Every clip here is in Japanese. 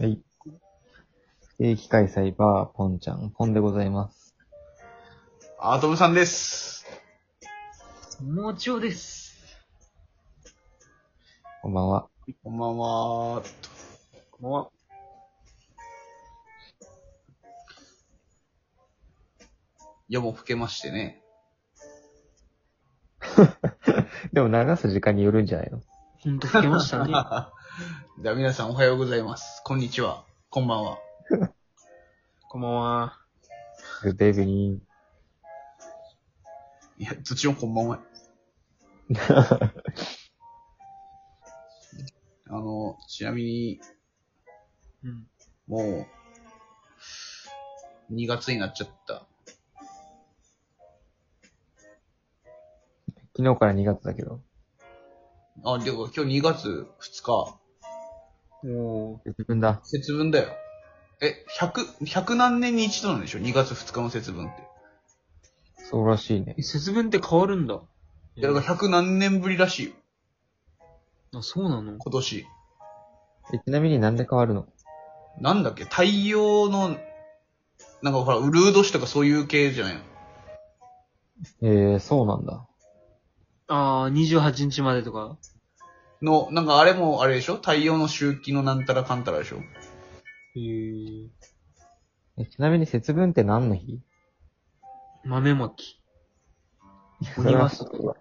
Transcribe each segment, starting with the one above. はい。不定期開催バー、ポンちゃん、ポンでございます。アートブさんです。もちおです。こんばんは。こんばんは。こんばんは。夜も更けましてね。 でも流す時間によるんじゃないのほんと吹けましたね。じゃあ皆さんおはようございます。こんにちは。こんばんは。 こんばんは。 ?Good evening. いや、どっちもこんばん は。あの、ちなみに、うん。もう、2月になっちゃった。昨日から2月だけど。あ、でも今日2月2日、おー。自分だ。節分だよ。え、100、100何年に一度なんでしょ ?2 月2日の節分って。そうらしいねえ、。節分って変わるんだ。いや、だから100何年ぶりらしいよ。あ、そうな今の年。えちなみになんで変わるのなんだっけ太陽の、なんかほら、ウルード氏とかそういう系じゃないのえー、そうなんだ。あー、28日までとか。の、なんかあれもあれでしょ太陽の周期のなんたらかんたらでしょへー。えちなみに節分って何の日豆まき。鬼は 外。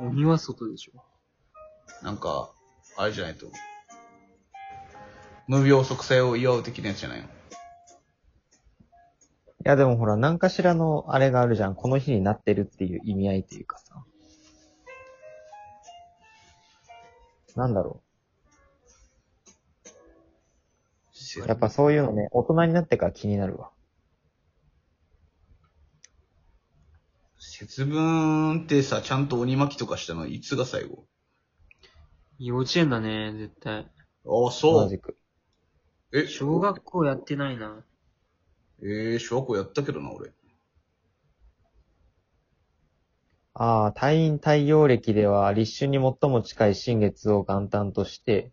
鬼は外でしょ。なんか、あれじゃないと。無病息災を祝う的なやつじゃない のいやでもほら、何かしらのあれがあるじゃん。この日になってるっていう意味合いというかさ。なんだろせう。やっぱそういうのね、大人になってから気になるわ。節分ってさ、ちゃんと鬼巻きとかしたのいつが最後幼稚園だね、絶対。ああ、そ同う。じく。え、小学校やってないな。えー、小学校やったけどな、俺。ああ、退院太陽暦では立春に最も近い新月を元旦として、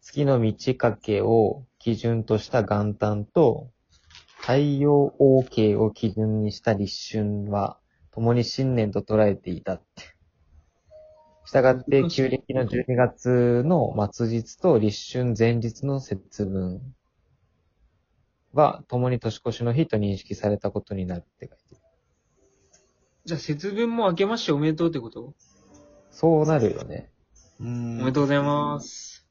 月の満ち欠けを基準とした元旦と、太陽王慶を基準にした立春は、共に新年と捉えていたって。したがって、旧暦の12月の末日と立春前日の節分は、共に年越しの日と認識されたことになるって書いてあるじゃあ節分も明けましておめでとうってこと、そうなるよね。うーん。おめでとうございます。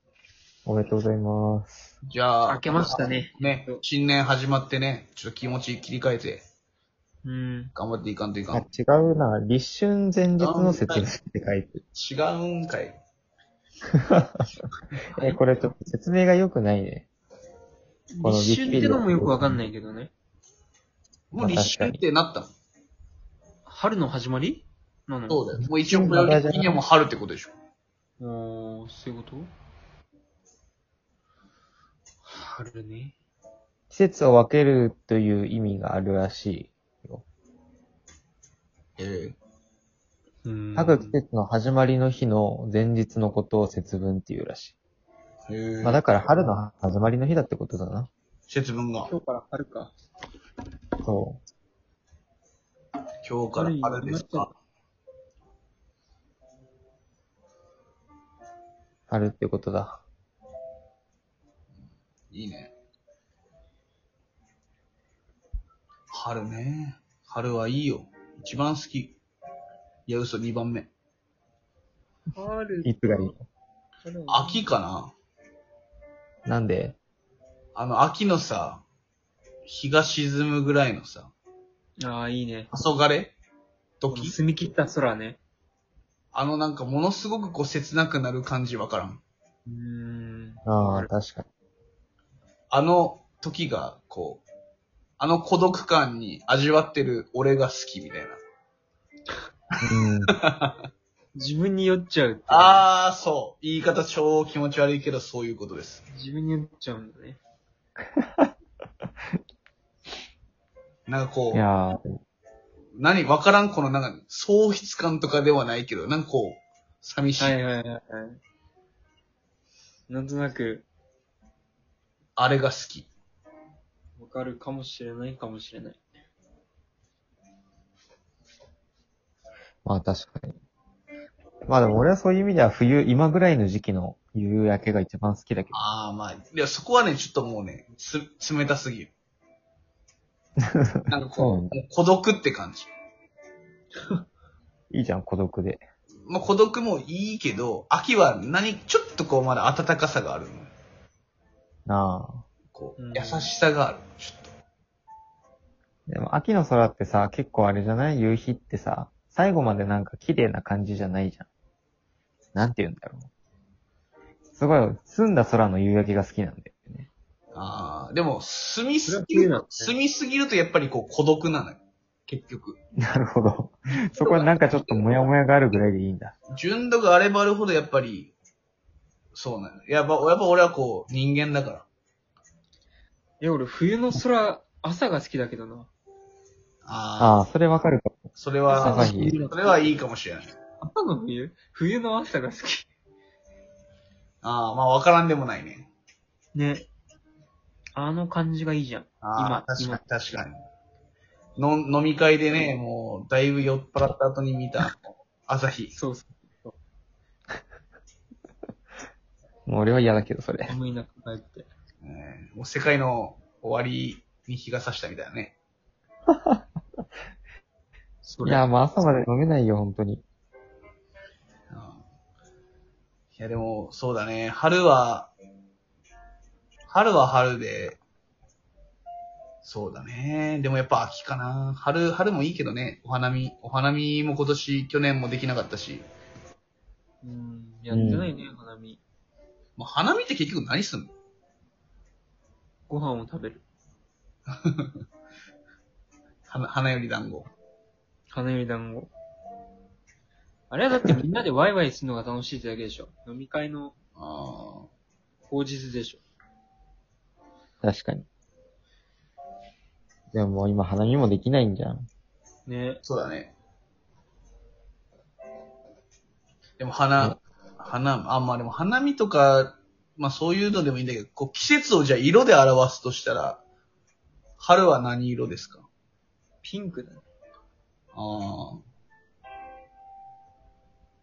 おめでとうございます。じゃあ、明けましたね。ね、新年始まってね、ちょっと気持ち切り替えて、うん。頑張っていかんといかあん。、違うな。立春前日の節分って書いてる。違うんかい。え、これちょっと説明が良くないね。この立春ってのもよくわかんないけどね。もう立春ってなったの春の始まりなのそうだよ。もう一応、これ的にはもう春ってことでしょ。おー、そういうこと春ね。季節を分けるという意味があるらしええうんい。各季節の始まりの日の前日のことを節分っていうらしい。まあだから春の始まりの日だってことだな。節分が。今日から春か。そ今日から春ですか。う。春ってことだ。いいね。春ね。春はいいよ。一番好き。いや、嘘、二番目。春いつがいいの秋かななんであの、秋のさ、日が沈むぐらいのさ、ああ、いいね。黄昏この時澄み切った空ね。あの、なんか、ものすごくこう、切なくなる感じわからん。うーん。ああ、春確かに。あの時が、こう、あの孤独感に味わってる俺が好きみたいな。うん。自分に酔っちゃうっていう。あー、そう。言い方超気持ち悪いけど、そういうことです。自分に酔っちゃうんだね。なんかこ、いうやー、何、わからんこのなんか、喪失感とかではないけど、なんかこう、寂しい。はいはいはいはい。なんとなく、あれが好き。わかるかもしれないかもしれない。まあ確かに。まあでも俺はそういう意味では冬、今ぐらいの時期の夕焼けが一番好きだけど。ああ、まあ、いや、そこはね、ちょっともうね、す、冷た すぎる。なんかそうなこんう、孤独って感じ。いいじゃん、孤独で。まあ、孤独もいいけど、秋は何、ちょっとこう、まだ暖かさがあるの。なあ。こうう、ん優しさがある。ちょっと。でも秋の空ってさ、結構あれじゃない夕日ってさ、最後までなんか綺麗な感じじゃないじゃん。なんて言うんだろう。すごい、澄んだ空の夕焼けが好きなんだよね。ああ、でも、住みすぎそれは冬なるのね、住みすぎるとやっぱりこう、孤独なのよ。結局。なるほど。そこはなんかちょっとモヤモヤがあるぐらいでいいんだ。純度があればあるほどやっぱり、そうなの。やっぱ、やっぱ俺はこう、人間だから。え、俺冬の空、朝が好きだけどな。ああ、ああ、それわかるかも。それ朝がは、いいそれはいいかもしれない。朝の冬冬の朝が好き。ああ、まあわからんでもないね。ね。あの感じがいいじゃん。ああ、確今かに、確かに。の、飲み会でね、もう、だいぶ酔っ払った後に見た、朝日。そうそう。もう俺は嫌だけど、それ。寒い中帰って。えーもう世界の終わりに日が差したみたいなね。そいれや、もう朝まで飲めないよ、本当に。ああいや、でも、そうだね。春は、春は春で、そうだね。でもやっぱ秋かな。春、春もいいけどね。お花見、お花見も今年、去年もできなかったし。うん、やってないね、花見。もう花見って結局何すんのご飯を食べる。花花より団子。花より団子。あれはだってみんなでワイワイするのが楽しいってだけでしょ。飲み会のあ口実でしょ。確かに。でももう今花見もできないんじゃん。ねあ、。そうだね。でも花、花、あ、まあでも花見とか、まあそういうのでもいいんだけど、こう季節をじゃあ色で表すとしたら、春は何色ですかピンクだね。ああ。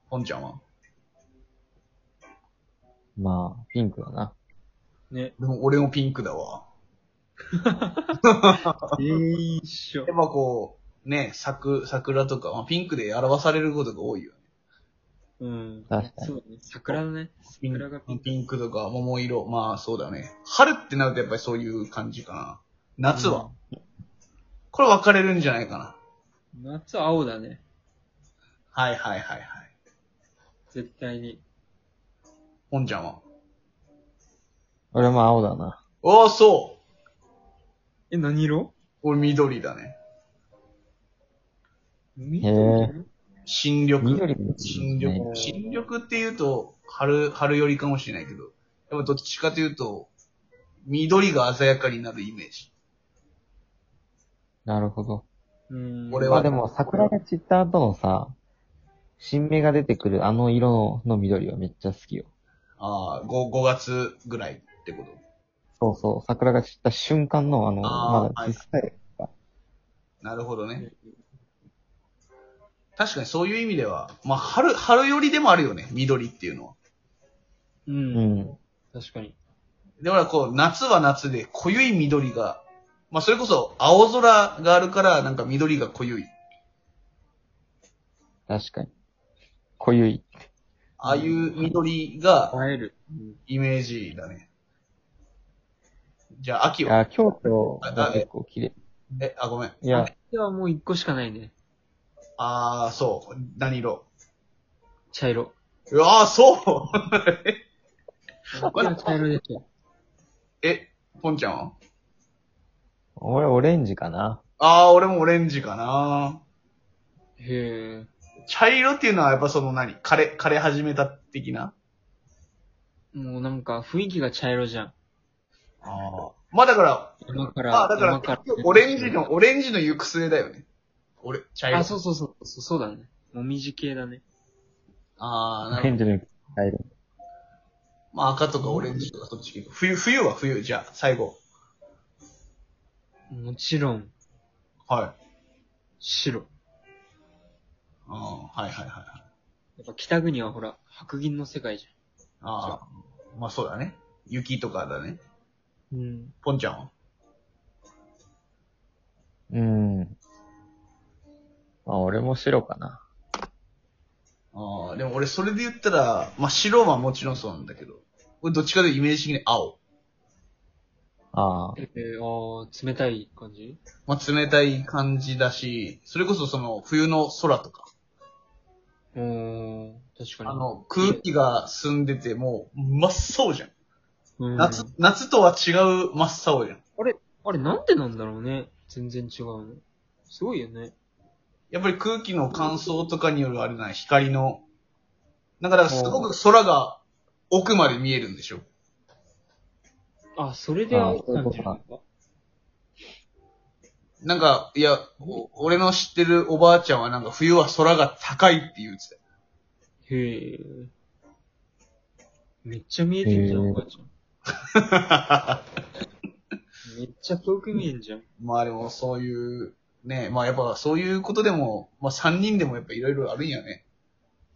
本ちゃんはまあ、ピンクだな。ね。でも俺もピンクだわ。えー、一緒や。っぱこう、ね、桜、桜とか、まあ、ピンクで表されることが多いよね。うん。確かにそうだね。桜だね。ピン桜がピンク。ピンクとか桃色。まあそうだね。春ってなるとやっぱりそういう感じかな。夏は、これ分かれるんじゃないかな。うん夏は青だね。はいはいはいはい。絶対に。本ちゃんは。俺も青だな。ああ、そうえ、何色俺緑だね。緑新緑。緑もいいね新緑。新緑って言うと、春、春よりかもしれないけど、やっぱどっちかというと、緑が鮮やかになるイメージ。なるほど。うん。俺まあはでも桜が散った後のさ、新芽が出てくるあの色の緑はめっちゃ好きよ。ああ、5、5月ぐらいってこと。そうそう、桜が散った瞬間のあの、あーまだ小さい。なるほどね。うん確かにそういう意味では、まあ春、春よりでもあるよね、緑っていうのは。うう。んん。確かに。で、ほら、こう、夏は夏で濃ゆい緑が、まあそれこそ青空があるから、なんか緑が濃ゆい。確かに。濃ゆい。ああいう緑が映える。うんイメージだね。じゃあ秋は、あ、京都が結構綺麗。え、あ、ごめん。いや、ではもう一個しかないね。ああ、そう。何色 茶色。うわあ、そう これは茶色でしょ。え、ポンちゃんは俺オレンジかな。ああ、俺もオレンジかな。へえ。茶色っていうのはやっぱその何枯れ、枯れ始めた的なもうなんか雰囲気が茶色じゃん。ああ。まあだから、山から。まあだか山からら、オレンジの、オレンジの行く末だよね。俺、茶色。あ、そうそうそう。そうそうだね。もみじ系だね。ああ、オなレるンジの茶色。まあ赤とかオレンジとかそっち系。冬、冬は冬、じゃあ、最後。もちろん、はい。白。ああ、はいはいはいはい。やっぱ北国はほら、白銀の世界じああ、まあそうだね。雪とかだね。ゃん。うん。ポンちゃんはうん。まあ、俺も白かな。ああ、でも俺それで言ったら、まあ白はもちろんそうなんだけど、俺どっちかというとイメージ的に青。ああ。えー、あー冷たい感じまあ冷たい感じだし、それこそその冬の空とか、おー、確かあに。の空気が澄んでてもう真っ青じゃん。うん、夏、夏とは違う真っ青じゃん。あれなんでなんだろうね。全然違うの。すごいよね。やっぱり空気の乾燥とかによるあれな、光の、なんかだからすごく空が奥まで見えるんでしょ。あ、それで青くなんじゃあーそういなういか。なんか、いや、お俺の知ってるおばあちゃんはなんか冬は空が高いって言うてたよ。へえ。めっちゃ見えてんじゃへーん、おばあちゃん。めっちゃ遠く見えんじゃん。まあでもそういう、ね、まあやっぱそういうことでも、まあ3人でもやっぱいろいろあるんやね。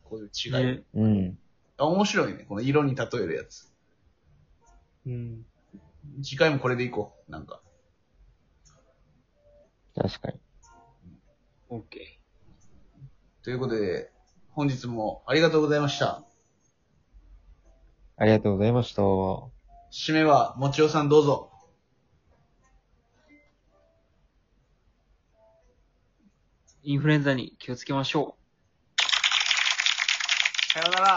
こういう違い。ね。うん。あ、面白いね。この色に例えるやつ。うん。次回もこれでいこう。なんか。確かに。オッケということで、本日もありがとうございました。ありがとうございました。締めは、もちおさんどうぞ。ー。インフルエンザに気をつけましょう。さようなら。